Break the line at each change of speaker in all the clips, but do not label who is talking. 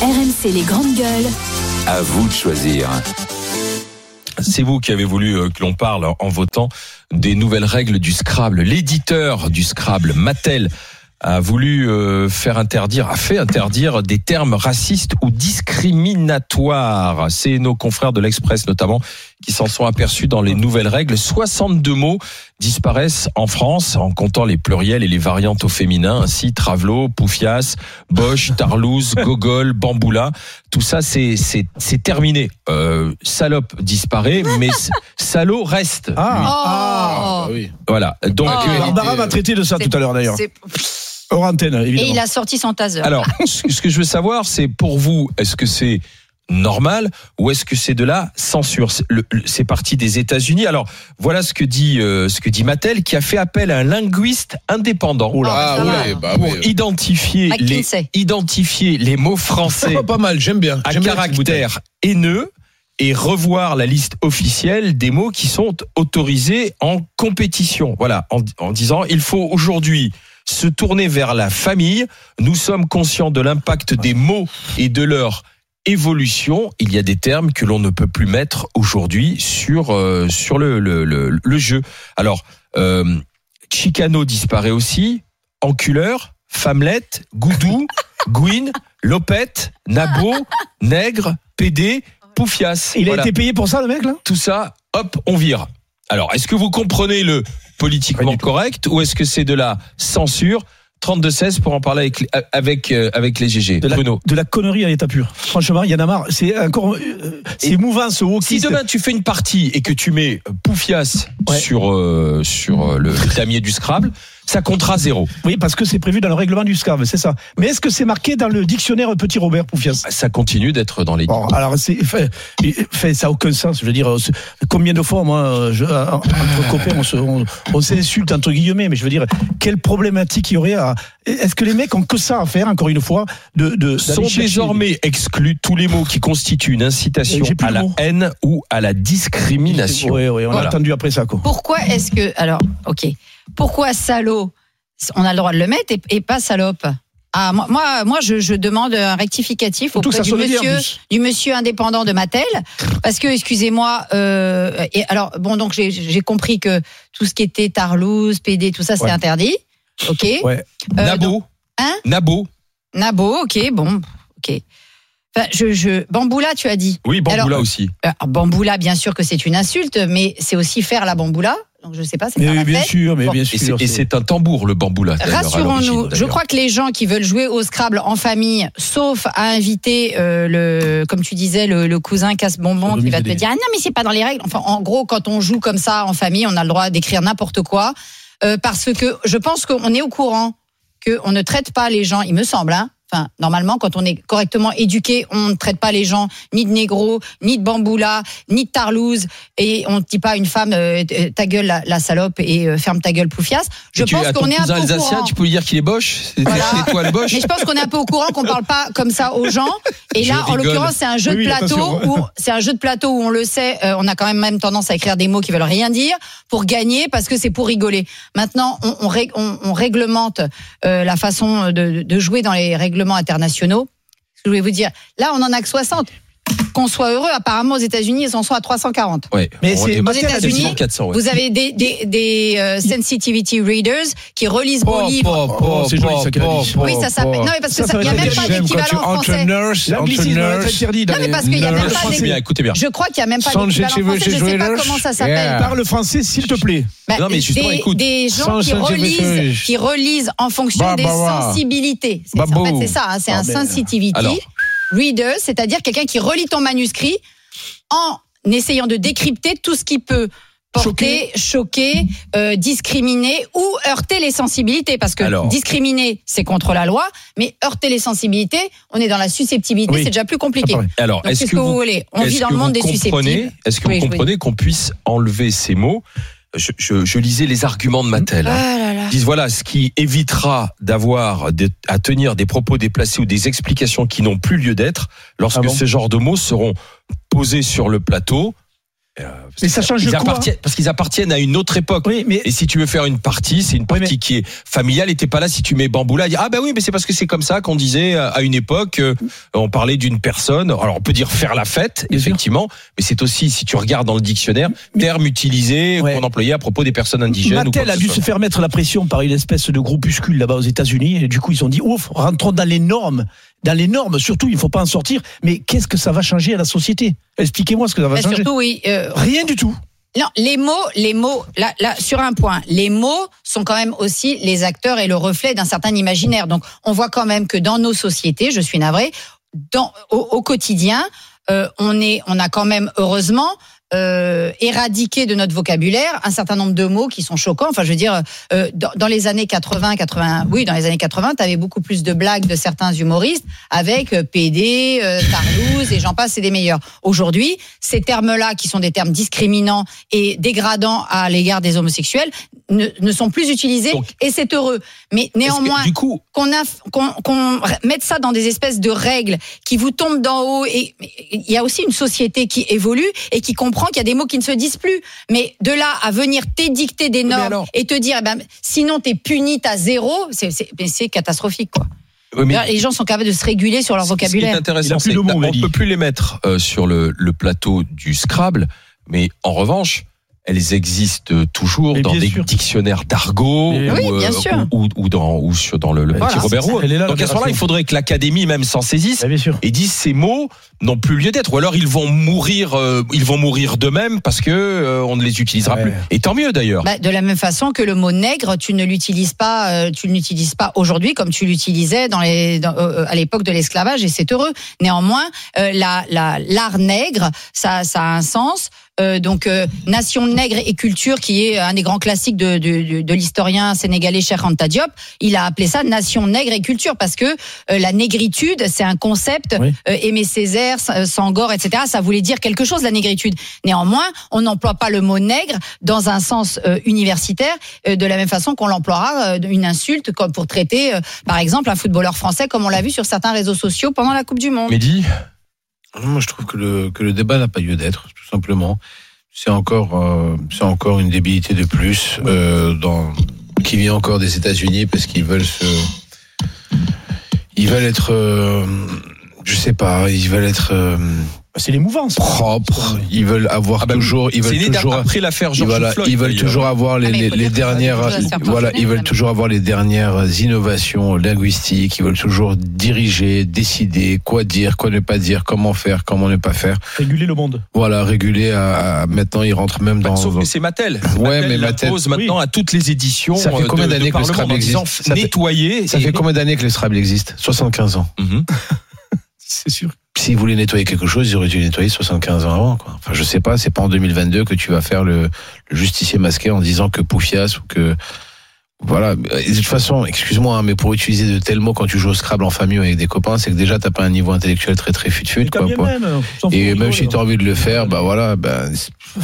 RMC les grandes gueules.
À vous de choisir.
C'est vous qui avez voulu euh, que l'on parle en votant des nouvelles règles du Scrabble. L'éditeur du Scrabble, Mattel, a voulu euh, faire interdire, a fait interdire des termes racistes ou discriminatoires. C'est nos confrères de l'Express notamment qui s'en sont aperçus dans les nouvelles règles. 62 mots disparaissent en France en comptant les pluriels et les variantes au féminin, ainsi Travelo, Poufias, Bosch, Tarlouse, Gogol, Bamboula. Tout ça, c'est c'est- c'est terminé. Euh, salope disparaît, mais s- salaud reste. lui.
Ah, bah oui.
Voilà. Donc,
Ah.
euh,
Barbara m'a traité de ça
Oh. C'est-
tout à l'heure d'ailleurs.
C'est-
Hors antenne,
Et
évidemment.
il a sorti son
Ah,
taser.
Alors, ce ce que je veux savoir, c'est pour vous, est-ce que c'est normal ou est-ce que c'est de la censure C'est le- le- C'est parti des États-Unis. Alors, voilà ce que dit euh, ce que dit Mattel, qui a fait appel à un linguiste indépendant
Oh là.
Ah, ça
ouais,
va.
bah
pour
oui.
identifier les
McKinsey.
identifier les mots français
Oh, pas mal, j'aime bien.
à
J'aime bien la petite bouteille.
caractère haineux et revoir la liste officielle des mots qui sont autorisés en compétition. Voilà, en, en disant il faut aujourd'hui se tourner vers la famille. Nous sommes conscients de l'impact des mots et de leur évolution. Il y a des termes que l'on ne peut plus mettre aujourd'hui sur euh, sur le le, le, le jeu. Alors euh, Chicano disparaît aussi. Enculeur, Femmelette, Goudou, Gouine, Lopette, Nabo, Nègre, PD, Poufias.
Il a
Voilà.
été payé pour ça, le mec, là
Tout ça, hop, on vire. Alors, est-ce que vous comprenez le
Pas
politiquement
du
correct ou est-ce que c'est de la censure 32-16 pour en parler avec, avec, euh, avec les GG.
de la,
Bruno.
de la connerie à l'état pur. Franchement, il y en a marre. C'est encore. euh, c'est mouvant ce
Si
wokiste.
demain tu fais une partie et que tu mets euh, Poufias
Ouais.
sur, euh, sur euh, le, le damier du Scrabble, ça comptera zéro.
Oui, parce que c'est prévu dans le règlement du SCAV, c'est ça. Mais est-ce que c'est marqué dans le dictionnaire Petit Robert Poufias
Ça continue d'être dans les.
Bon, alors c'est fait, fait, ça a aucun sens. Je veux dire, c'est- combien de fois, moi, je- entre copains, on se- on on s'insulte entre guillemets, mais je veux dire, quelle problématique il y aurait à Est-ce que les mecs ont que ça à faire, encore une fois, de, de
sont
d'aller chercher-
désormais exclus tous les mots qui constituent une
Eh,
incitation
J'ai plus
à
le
la
mot.
haine ou à la discrimination.
Euh,
Oui, oui, on
Voilà.
a attendu après ça, quoi.
Pourquoi est-ce que. Alors, ok. Pourquoi salaud On a le droit de le mettre et, et pas salope ah, moi, moi, moi, je, je demande un rectificatif
Surtout que
auprès
ça
du
sonne bien, en
monsieur,
plus.
du monsieur indépendant de Mattel, parce que, excusez-moi, euh, et alors bon, donc j'ai- j'ai compris que tout ce qui était Tarlouse, PD, tout ça, c'est
Ouais.
interdit, ok. Euh,
Ouais.
donc,
Nabo.
Hein
Nabo.
Nabo, ok, bon, ok. Enfin, je, je, Bamboula, tu as dit.
Oui, Bamboula
Alors-
aussi.
Euh, Bamboula, bien sûr que c'est une insulte, mais c'est aussi faire la bamboula. Donc je sais pas, c'est
Mais
faire
oui,
la
bien
fête.
sûr, mais
Bon.
bien
Et c'est-
sûr.
Et c'est un tambour, le Bamboula. d'ailleurs, à l'origine,
Rassurons-nous, je
d'ailleurs.
crois que les gens qui veulent jouer au Scrabble en famille, sauf à inviter euh, le, comme tu disais, le, le cousin casse-bonbon qui va te
demi-mêlée.
dire ah non mais c'est pas dans les règles. Enfin, en gros, quand on joue comme ça en famille, on a le droit d'écrire n'importe quoi euh, parce que je pense qu'on est au courant que on ne traite pas les gens, il me semble. Hein, Enfin, normalement, quand on est correctement éduqué, on ne traite pas les gens ni de négro, ni de bamboula, ni de tarlouse, et on ne dit pas à une femme euh, ta gueule la, la salope et euh, ferme ta gueule poufias. Je
Et tu-
pense
à ton
qu'on est un peu
cousin
au
alsacien,
courant.
tu peux lui dire qu'il est boche C'est
Voilà.
c'est toi le boche
Mais je pense qu'on est un peu au courant qu'on parle pas comme ça aux gens. Et
Je
là, en
rigole.
l'occurrence, c'est un jeu
Oui,
de
oui,
plateau
attention.
où c'est un jeu de plateau où on le sait, euh, on a quand même même tendance à écrire des mots qui veulent rien dire pour gagner parce que c'est pour rigoler. Maintenant, on, on, rég- on- on réglemente euh, la façon de, de jouer dans les règlements internationaux. Je voulais vous dire, là, on en a que 60. Qu'on soit heureux, apparemment aux États-Unis, ils en sont à 340.
Ouais,
Mais
on
c'est-
est
aux
quasiment
États-Unis,
400, ouais.
Vous avez des, des, des euh, sensitivity readers qui relisent vos
Oh,
livres.
oh, oh,
C'est joli,
oh,
ça, qu'elle a
oh,
dit.
oh,
Oui, ça s'appelle.
oh.
Non, mais parce
Ça,
que
ça
ça,
va
il n'y a
être
même pas
J'aime quand tu
d'équivalent en
entre
français.
nurse, entre
L'anglicisme doit être
nurse.
interdit.
Non, mais parce qu'il y a même
nurse.
pas
Écoutez bien,
d'équivalent.
écoutez bien.
Je crois qu'il n'y a même pas
Sans
d'équivalent
chez-
français.
chez-
Bah, Je ne
chez
sais pas
Readers.
comment ça s'appelle.
Yeah.
Parle français, s'il te plaît.
Bah,
Non, mais justement,
des,
écoute.
des gens
Sans
qui
chez- chez-
relisent,
chez-
qui relisent en fonction
Barbara.
des sensibilités. C'est- En
Babou.
fait, c'est ça. hein, c'est
Ah,
un
ben.
sensitivity
euh, Alors.
reader, c'est-à-dire quelqu'un qui relit ton manuscrit en essayant de décrypter tout ce qui peut porter, choquer, euh, discriminer ou heurter les sensibilités. Parce que
Alors.
discriminer, c'est contre la loi, mais heurter les sensibilités, on est dans la susceptibilité,
Oui.
c'est déjà plus compliqué.
Ah, pardon.
Alors,
Donc,
est-ce
qu'est-ce
que
que vous
vous
voulez On vit
Est-ce
dans
que
le monde
vous
des
comprenez-
susceptibles.
Est-ce que
Oui,
vous
je vous
comprenez qu'on puisse enlever ces mots je, je- je lisais les arguments de Mattel.
Ah.
hein. Ils disent voilà, ce qui évitera d'avoir des- à tenir des propos déplacés ou des explications qui n'ont plus lieu d'être lorsque
Ah bon
ce genre de mots seront posés sur le plateau.
Mais ça change
ils
quoi
appartiennent, Parce qu'ils appartiennent à une autre époque.
Oui, mais
Et si tu veux faire une partie, c'est une partie
mais-
qui est familiale. Et t'es pas là si tu mets Bamboula. à dire, Ah ben oui, mais c'est parce que c'est comme ça qu'on disait euh, à une époque. euh, On parlait d'une personne. Alors on peut dire faire la fête,
Bien sûr.
effectivement. Mais c'est aussi, si tu regardes dans le dictionnaire, terme utilisé
Ouais.
qu'on employait à propos des personnes indigènes. ou quoi
Mattel
que
a
ce
dû
soit.
se faire mettre la pression par une espèce de groupuscule là-bas aux États-Unis. Et du coup, ils ont dit ouf, rentrons dans les normes. Dans les normes, surtout, il ne faut pas en sortir. Mais qu'est-ce que ça va changer à la société Expliquez-moi ce que ça va
Mais
changer.
surtout, oui. euh,
Rien du tout.
non, les mots, les mots, là, là, sur un point, les mots sont quand même aussi les acteurs et le reflet d'un certain imaginaire. Donc, on voit quand même que dans nos sociétés, je suis navrée, dans, au, au quotidien, euh, on, est, on a quand même, heureusement, euh, éradiqué de notre vocabulaire un certain nombre de mots qui sont choquants. Enfin, je veux dire, euh, dans, dans les années 80, 80, oui, dans les années 80, tu avais beaucoup plus de blagues de certains humoristes avec euh, PD, euh, Tarlouse et j'en passe, c'est des meilleurs. Aujourd'hui, ces termes-là, qui sont des termes discriminants et dégradants à l'égard des homosexuels, ne, ne sont plus utilisés
Donc-
et c'est heureux. Mais
Est-ce que,
néanmoins,
du coup,
qu'on a- qu'on- qu'on mette ça dans des espèces de règles qui vous tombent d'en haut et il y a aussi une société qui évolue et qui comprend qu'il y a des mots qui ne se disent plus mais de là à venir t'édicter des normes
alors
et te dire eh ben, sinon t'es puni t'as zéro c'est- c'est mais c'est catastrophique quoi
Ouais, mais-
les gens sont capables de se réguler sur leur
Ce qui est
vocabulaire
Il a
intéressant,
plus
c'est
de mots,
qu'on ne
Aurélie.
peut plus les mettre euh, sur le, le plateau du Scrabble, mais en revanche, elles existent toujours
Mais
dans
bien
des
sûr.
dictionnaires d'argot ou, euh,
Mais
oui, bien sûr.
ou- ou- ou dans, ou sur, dans le, le
Voilà,
petit Robert
c'est ça.
Roux.
Elle est là,
Bah, Donc à ce
l'opération.
moment-là, il faudrait que l'académie même s'en saisisse
Ah, bien sûr.
et disent ces mots n'ont plus lieu d'être ou alors ils vont mourir euh, ils vont mourir d'eux-mêmes parce que euh, on ne les utilisera
Ouais.
plus et tant mieux d'ailleurs
Bah, de la même façon que le mot nègre, tu ne l'utilises pas, euh, tu ne l'utilises pas aujourd'hui comme tu l'utilisais dans les, dans- euh, euh, à l'époque de l'esclavage et c'est heureux. Néanmoins, euh, la, la, l'art nègre, ça, ça a un sens. Euh, donc, euh, Nation nègre et culture, qui est un des grands classiques de, de, de- de l'historien sénégalais Cheikh Anta Diop, il a appelé ça Nation nègre et culture parce que euh, la négritude, c'est un concept.
Oui.
Euh, Aimé Césaire, S- euh, Sangor, etc. Ça voulait dire quelque chose la négritude. Néanmoins, on n'emploie pas le mot nègre dans un sens euh, universitaire, euh, de la même façon qu'on l'emploiera euh, une insulte comme pour traiter, euh, par exemple, un footballeur français, comme on l'a vu sur certains réseaux sociaux pendant la Coupe du Monde.
mais dit
Non, Moi, je trouve que le, que le débat n'a pas lieu d'être, tout simplement. C'est encore, euh, c'est encore une débilité de plus euh, dans, qui vient encore des États-Unis parce qu'ils veulent se. Ils veulent être. euh, je sais pas, ils veulent être euh,
C'est les mouvances.
propres, ils veulent avoir
Ah bah oui.
toujours. Ils
c'est né
veulent
d'a-
toujours.
après l'affaire George
voilà,
Floyd
ils veulent
d'ailleurs.
toujours avoir les,
Ah, mais il
les,
faut dire que
les
ça
dernières.
doit se faire
Voilà,
fonctionner,
ils veulent
quand
toujours avoir les dernières innovations linguistiques. Ils veulent toujours diriger, décider, quoi dire, quoi ne pas dire, comment faire, comment ne pas faire.
Réguler le monde.
Voilà, régulé à, à- maintenant, ils rentrent même dans.
Bah, Sauf que c'est Mattel.
Ouais,
Mattel
mais
la
Mattel-
pose maintenant à toutes les éditions.
Ça fait
euh,
combien
de- de
d'années que le
Parlement
Scrabble
en disant
existe Ça fait-
Nettoyer.
Ça fait combien d'années que le Scrabble existe 75 ans.
Mhm.
C'est sûr.
S'ils voulaient nettoyer quelque chose, ils auraient dû nettoyer 75 ans avant. Quoi. Enfin, je sais pas, c'est pas en 2022 que tu vas faire le, le justicier masqué en disant que Poufias ou que. Voilà. Et De toute façon, excuse-moi, hein, mais pour utiliser de tels mots quand tu joues au Scrabble en famille ou avec des copains, c'est que déjà, t'as pas un niveau intellectuel très très fut-fut.
Mais quand
quoi,
bien
pour-
même, on s'en fout, hein.
Et même
rigole.
si tu as envie de le faire, bah voilà, bah,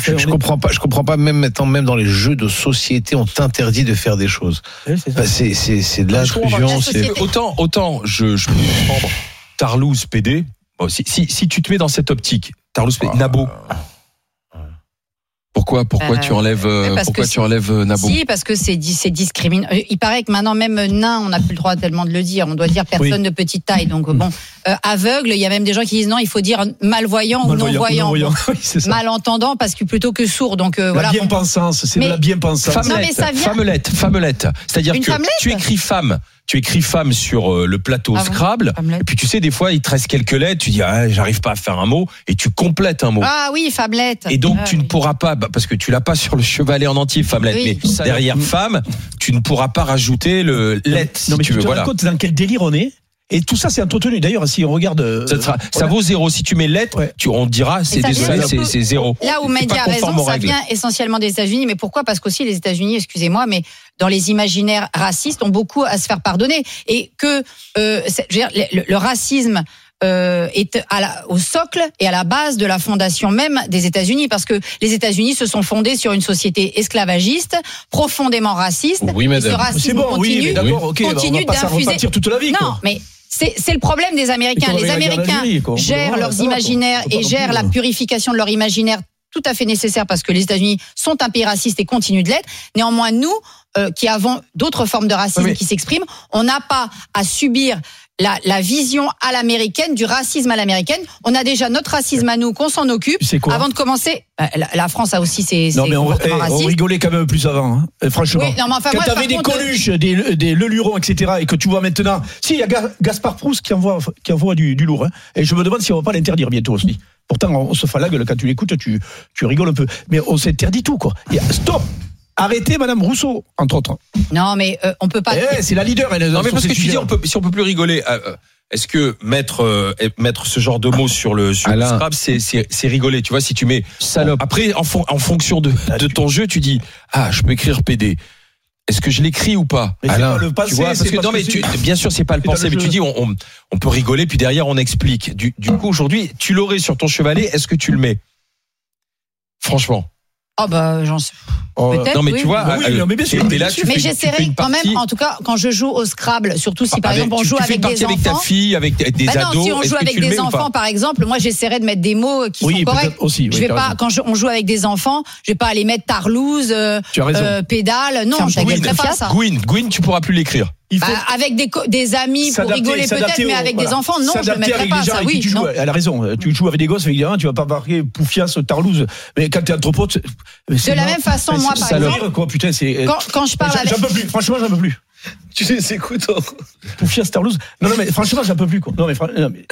je, je comprends pas. Je comprends pas même maintenant, même dans les jeux de société, on t'interdit de faire des choses.
Ouais, c'est ça.
Bah, c'est c'est c'est de
Je comprends pas.
l'intrusion.
La
C'est
société.
Autant, autant, je, je peux comprendre. Tarlouse PD. Bon, si, si, si tu te mets dans cette optique, Tarlouse
Ah.
PD, Nabo. Pourquoi, pourquoi
Euh,
tu enlèves, euh,
ouais, parce
pourquoi
que
tu enlèves euh, Nabo
Si, parce que c'est dis- c'est discriminant. Euh, Il paraît que maintenant même euh, nain, on n'a plus le droit tellement de le dire. On doit dire personne de petite taille. Donc euh, bon, euh, aveugle, il y a même des gens qui disent non, il faut dire malvoyant,
Malvoyant,
ou non-voyant,
non-voyant. Oui, c'est ça.
malentendant parce que plutôt que sourd. Donc euh,
La
voilà. bon.
bien-pensance, c'est de
Mais-
la bien-pensance.
Femme- Non, mais ça vient-
famelette, famelette. C'est-à-dire
Une
que
femmelette
tu écris femme, tu écris femme sur euh, le plateau
Ah bon
Scrabble.
Famelette.
et puis tu sais, des fois, il te reste quelques lettres, tu dis, ah, j'arrive pas à faire un mot, et tu complètes un mot.
Ah oui, Fablette.
Et donc
Ah,
tu ne
oui.
pourras pas, bah, parce que tu l'as pas sur le chevalet en entier, femmelette,
Oui.
mais derrière femme, tu ne pourras pas rajouter le lettre, si
Mmh. Non, mais
tu
tu
veux.
te rends
Voilà.
compte dans quel délire on est. Et tout ça, c'est entretenu. D'ailleurs, si on regarde. euh,
Ça, sera- ça
voilà.
vaut zéro. Si tu mets lettre,
Ouais.
tu, on dira c'est
ça
désolé,
vient un
c'est
peu-
c'est zéro.
Là où
C'est
Mehdi
pas
a
conforme
raison,
aux
ça
règles.
vient essentiellement des États-Unis. Mais pourquoi Parce qu'aussi les États-Unis, excusez-moi, mais dans les imaginaires racistes, ont beaucoup à se faire pardonner. Et que euh, c'est- je veux dire, le, le racisme euh, est à la- au socle et à la base de la fondation même des États-Unis. Parce que les États-Unis se sont fondés sur une société esclavagiste, profondément raciste.
Oui,
Et ce
madame.
racisme
C'est bon, oui,
continue.
mais d'accord, ok, bah, on
continue
va pas s'en
d'infuser-
repartir toute la vie.
Non,
quoi.
mais c'est c'est le problème des Américains.
Et qu'on
Les
règle la guerre
Américains
d'Algérie, quoi. On peut
gèrent
voir,
leurs
d'accord,
imaginaires
on peut
et
pas
gèrent la
comprendre.
purification de leur imaginaire tout à fait nécessaire parce que les États-Unis sont un pays raciste et continuent de l'être. Néanmoins, nous, euh, qui avons d'autres formes de racisme
Oui, mais-
qui s'expriment, on n'a pas à subir la, la vision à l'américaine du racisme à l'américaine. On a déjà notre racisme à nous, qu'on s'en occupe.
C'est quoi
avant de commencer, euh, la, la France a aussi ses, ses
Non, mais on, eh,
comportements
on
racistes.
rigolait quand même plus avant, hein. Eh, franchement.
Oui, non, mais enfin,
quand
moi, par
t'avais des
contre, euh,
Coluches, des, des Le Luron, etc., et que tu vois maintenant. Si, il y a Ga- Gaspard Proust qui envoie, qui envoie du, du lourd. hein. Et je me demande si on va pas l'interdire bientôt aussi. Pourtant, on, on se falague, quand tu l'écoutes, tu, tu rigoles un peu. Mais on s'interdit tout, quoi. Et stop Arrêtez Madame Rousseau, entre autres.
Non, mais euh, on peut pas.
Eh, c'est la leader, elle est
Non, mais
sur
parce
ces
que tu dis,
sujets-là.
on peut, si on peut plus rigoler, euh, euh, est-ce que mettre, euh, mettre ce genre de mots sur le, sur le
Alain.
Scrabble, c'est- c'est c'est rigoler, tu vois, si tu mets.
Salope.
Après, en, fon- en fonction de, de ton jeu, tu dis, ah, je peux écrire PD. Est-ce que je l'écris ou pas
Mais c'est
Alain,
pas le passé,
tu vois, parce
c'est
que, non, mais
c'est-
tu- bien sûr, c'est pas le
C'est dans
penser,
le
mais
jeu.
tu dis, on, on, on peut rigoler, puis derrière, on explique. Du, du coup, aujourd'hui, tu l'aurais sur ton chevalet, est-ce que tu le mets Franchement.
Oh bah, j'en sais.
Oh,
Peut-être,
Non, mais
oui.
tu vois,
Oui,
euh,
non, mais bien sûr,
t'es là,
bien
tu
Mais
fais- tu fais
j'essaierai
une
quand même,
partie- Ah,
en tout cas, quand je joue au Scrabble, surtout si par
avec-
exemple on
tu-
joue
tu fais
avec
une
des
partie avec ta
enfants.
fille, avec avec des
Bah non,
ados.
si on
est-ce
joue
que
avec
tu
des
le mets ou pas
enfants, par exemple, moi j'essaierai de mettre des mots qui
Oui,
sont corrects.
peut-être aussi.
Je
oui,
vais
t'as
pas
raison.
quand je- on joue avec des enfants, je vais pas aller mettre tarlouse, euh,
Tu as raison.
euh, pédale. Non,
Ferme
je
ta gueule,
n'accepterai pas ça.
Gwyn, Gwyn, tu pourras plus l'écrire. Ah.
Il faut
Bah, avec des, co- des amis pour
S'adapter-
rigoler
s'adapter
peut-être, mais
au-
avec des
voilà.
enfants, non, je ne
S'adapter
mettrai
avec
pas
les gens
ça.
avec qui
Oui,
tu joues.
non.
Elle a raison. Euh, Tu joues avec des gosses, avec des gamins, tu vas pas marquer poufias, tarlouse. Mais quand t'es anthropote.
De la même façon, moi, par exemple-
quoi, putain, c'est.
Quand, quand je parle
J'en-
avec.
J'en peux plus. Franchement, j'en peux plus.
Tu les écoutes. hein.
Poufias, tarlouse. Non, non, mais franchement, j'en peux plus, quoi. Non, mais. fran- non, mais-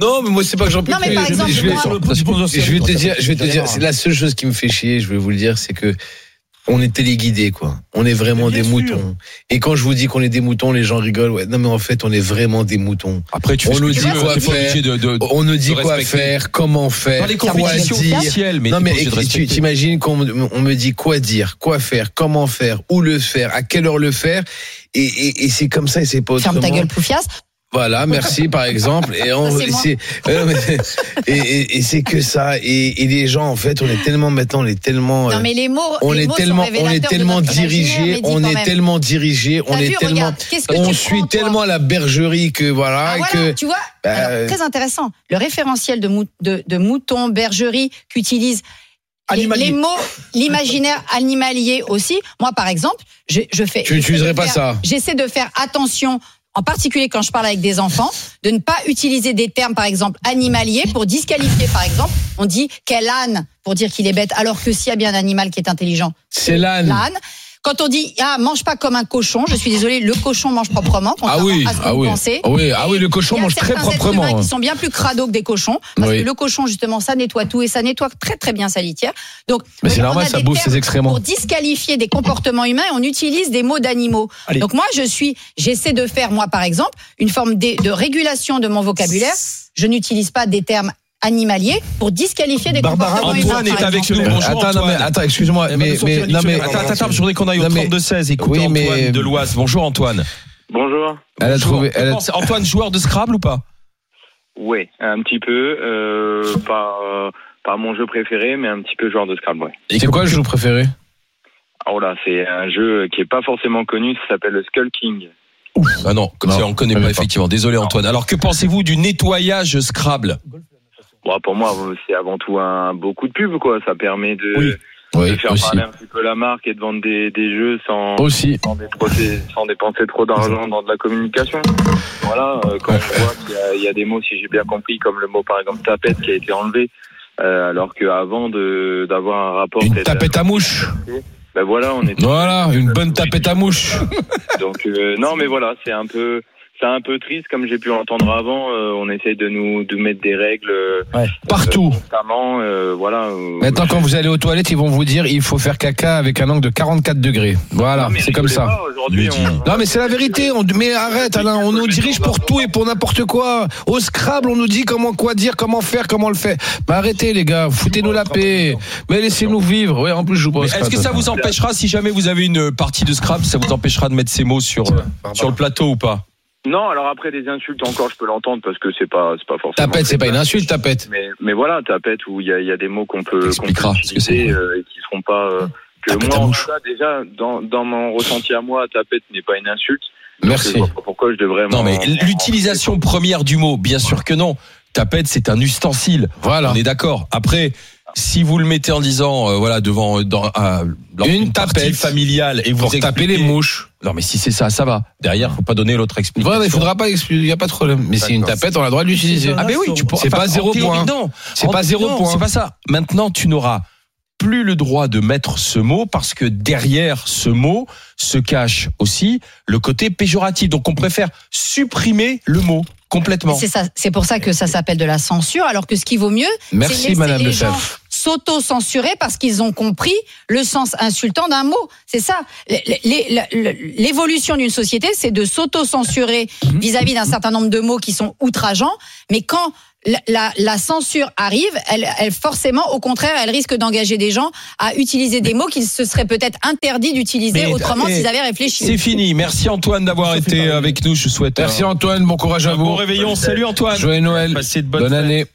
Non, mais moi, c'est pas que j'en peux
Non, mais
plus.
par
Je-
exemple,
je vais-
moi-
je vais-
Parce que-
je vais te dire, je vais te
C'est
dire,
rare.
c'est la seule chose qui me fait chier. Je vais vous le dire, c'est que on est téléguidés, quoi. On est vraiment
Mais
des
bien sûr.
moutons. Et quand je vous dis qu'on est des moutons, les gens rigolent. Ouais, non, mais en fait, on est vraiment des moutons.
Après, tu fais
On
ce que
nous
tu
dit
veux,
quoi
t'es pas
faire.
obligé de- de-
On nous dit
de
quoi
respecter.
faire, comment faire,
Dans les
quoi
compétitions
dire.
officielles, mais
non
t'es
mais
obligé de
tu-
respecter.
tu t'imagines qu'on me- on me dit quoi dire, quoi faire, comment faire, où le faire, à quelle heure le faire, et, et, et c'est comme ça et c'est pas autrement.
Ferme ta gueule, Poufias.
Voilà, merci par exemple. Et, on-
Ça, Ah, c'est moi.
c'est- euh, mais- et, et- et c'est que ça. Et, et les gens, en fait, on est tellement maintenant, on est tellement, euh,
Non, mais les mots.
on
les
est
mots sont
tellement, on
révélateurs
est
de
tellement
notre imaginaire,
dirigé,
mais dis
on
quand
est
même.
tellement dirigé, on
T'as vu,
est tellement,
regarde, qu'est-ce que
on
tu
suit
prends, toi
tellement la bergerie que voilà,
Ah,
et
voilà,
que
tu vois,
Bah,
alors, très intéressant. Le référentiel de, mou- de, de moutons, bergerie qu'utilisent les,
Animalier.
les mots, l'imaginaire animalier aussi. Moi, par exemple, je, je fais.
Tu n'utiliserais pas ça.
J'essaie de faire attention. En particulier quand je parle avec des enfants, de ne pas utiliser des termes, par exemple, animalier pour disqualifier, par exemple, on dit quel âne pour dire qu'il est bête, alors que s'il y a bien un animal qui est intelligent,
c'est l'âne.
l'âne. Quand on dit ah mange pas comme un cochon, je suis désolée, le cochon mange proprement.
Ah oui,
contrairement à ce que
ah
vous
oui,
pensez.
ah oui, ah oui, le
Il
cochon
y a
mange très
certains êtres humains
proprement. hein.
qui sont bien plus crado que des cochons. Parce
Oui.
que le cochon, justement, ça nettoie tout et ça nettoie très très bien sa litière. Donc,
Mais c'est
on a
normal,
des
ça bouffe
termes
ses excréments.
Pour disqualifier des comportements humains, et on utilise des mots d'animaux.
Allez.
Donc moi, je suis, j'essaie de faire moi, par exemple, une forme de, de régulation de mon vocabulaire. Je n'utilise pas des termes animaliers pour disqualifier des
Barbara
comportements humains.
Antoine est
par
avec
exemple.
nous. Bonjour,
Attends, non, mais,
Antoine.
attends, excuse-moi,
Elle va nous
Ah, mais,
sortir
mais,
du
non, mais,
dictionnaire.
Attends, attends, attends, je voudrais qu'on aille au
Non, mais-
32-16. Écoutez
Oui,
Antoine
mais-
de l'Oise. Bonjour Antoine.
Bonjour.
elle a
Bonjour.
trouvé, elle a-
Comment c'est- Antoine, joueur de Scrabble ou pas
Ouais, un petit peu. Euh, pas, euh, pas mon jeu préféré, mais un petit peu genre de Scrabble, ouais.
c'est quoi le jeu préféré?
Oh là, c'est un jeu qui est pas forcément connu, ça s'appelle le Skull King.
Ah non, comme
Non,
ça, on ne connaît
je
pas,
connais pas.
effectivement. Désolé Antoine. Alors que pensez-vous du nettoyage Scrabble
Bon, pour moi, c'est avant tout un beau coup de pub, quoi. Ça permet de,
Oui,
de
Oui,
faire
aussi.
parler un petit peu la marque et de vendre des, des jeux sans,
Aussi.
sans, dépenser, sans dépenser trop d'argent dans de la communication. Voilà, euh, quand on voit qu'il y a- il y, a des mots, si j'ai bien compris, comme le mot par exemple tapette qui a été enlevé, euh, alors qu'avant d'avoir un rapport...
Une
tête à-
tapette à mouche.
Ben voilà, on était...
Voilà, une bonne tapette à mouche.
Donc euh, non, mais voilà, c'est un peu, c'est un peu triste comme j'ai pu l'entendre avant. euh, on essaye de nous, de mettre des règles euh,
Partout.
constamment, euh, voilà. euh,
Maintenant, quand vous allez aux toilettes, ils vont vous dire il faut faire caca avec un angle de 44 degrés. Voilà,
Non, mais
c'est comme
rigolez
ça.
pas, Aujourd'hui,
Lui,
on-
Non, mais c'est la vérité. On... Mais arrête, Alain, on nous dirige pour tout et pour n'importe quoi. Au Scrabble, on nous dit comment quoi dire, comment faire, comment le faire. Mais arrêtez, les gars, foutez-nous la paix. Mais laissez-nous vivre. Ouais, en plus, je joue pas au
Mais Est-ce
Scrabble.
que ça vous empêchera, si jamais vous avez une partie de Scrabble, ça vous empêchera de mettre ces mots sur, euh, sur le plateau ou pas
non, alors après des insultes encore, je peux l'entendre parce que c'est pas, c'est pas forcément.
Tapette, c'est pas une insulte, tapette.
Mais, mais voilà, tapette où il y a, il y a des mots qu'on peut, qu'on peut
T'expliqueras ce que c'est.
utiliser euh, et qui seront pas. euh, que
Tapette
moi,
à
en
mouche.
tout cas, déjà, dans, dans mon ressenti à moi, tapette n'est pas une insulte. Je
Merci.
vois pas pourquoi je devrais.
Non,
m'en-
mais l'utilisation première du mot, bien sûr que non. Tapette, c'est un ustensile.
Voilà.
On est d'accord. Après, si vous le mettez en disant, euh, voilà, devant euh, dans, à- lors
Une
d'une partie
tapette.
familiale et vous
Pour taper
expliquez-
les mouches.
Non, mais si c'est ça, ça va. Derrière, faut pas donner l'autre explication.
Voilà, il faudra pas expliquer, il n'y a pas de problème. Mais c'est une
D'accord.
tapette, on a le droit de l'utiliser.
Ah ben oui, tu pourras.
C'est
enfin,
pas
en
zéro
théorie,
point.
Non,
C'est
En-
pas zéro
non,
point.
C'est pas ça. Maintenant, tu n'auras plus le droit de mettre ce mot parce que derrière ce mot se cache aussi le côté péjoratif. Donc, on préfère supprimer le mot complètement.
C'est ça, c'est pour ça que ça s'appelle de la censure, alors que ce qui vaut mieux, c'est
Merci,
laisser
madame
les
Le
gens
Chef.
s'auto-censurer parce qu'ils ont compris le sens insultant d'un mot. C'est ça. L- l- l- L'évolution d'une société, c'est de s'auto-censurer
Mhm.
vis-à-vis d'un certain nombre de mots qui sont outrageants, mais quand la, la- la censure arrive, elle, elle forcément, au contraire, elle risque d'engager des gens à utiliser des mots qu'ils se seraient peut-être interdits d'utiliser
Mais-
autrement
et-
s'ils avaient réfléchi.
C'est fini. Merci Antoine d'avoir été avec nous. Je vous souhaite
Merci
un,
Antoine, bon courage à
un bon
vous.
réveillon. Salut Antoine.
Joyeux Noël.
Passez de bonnes
Bonne
fêtes.
année.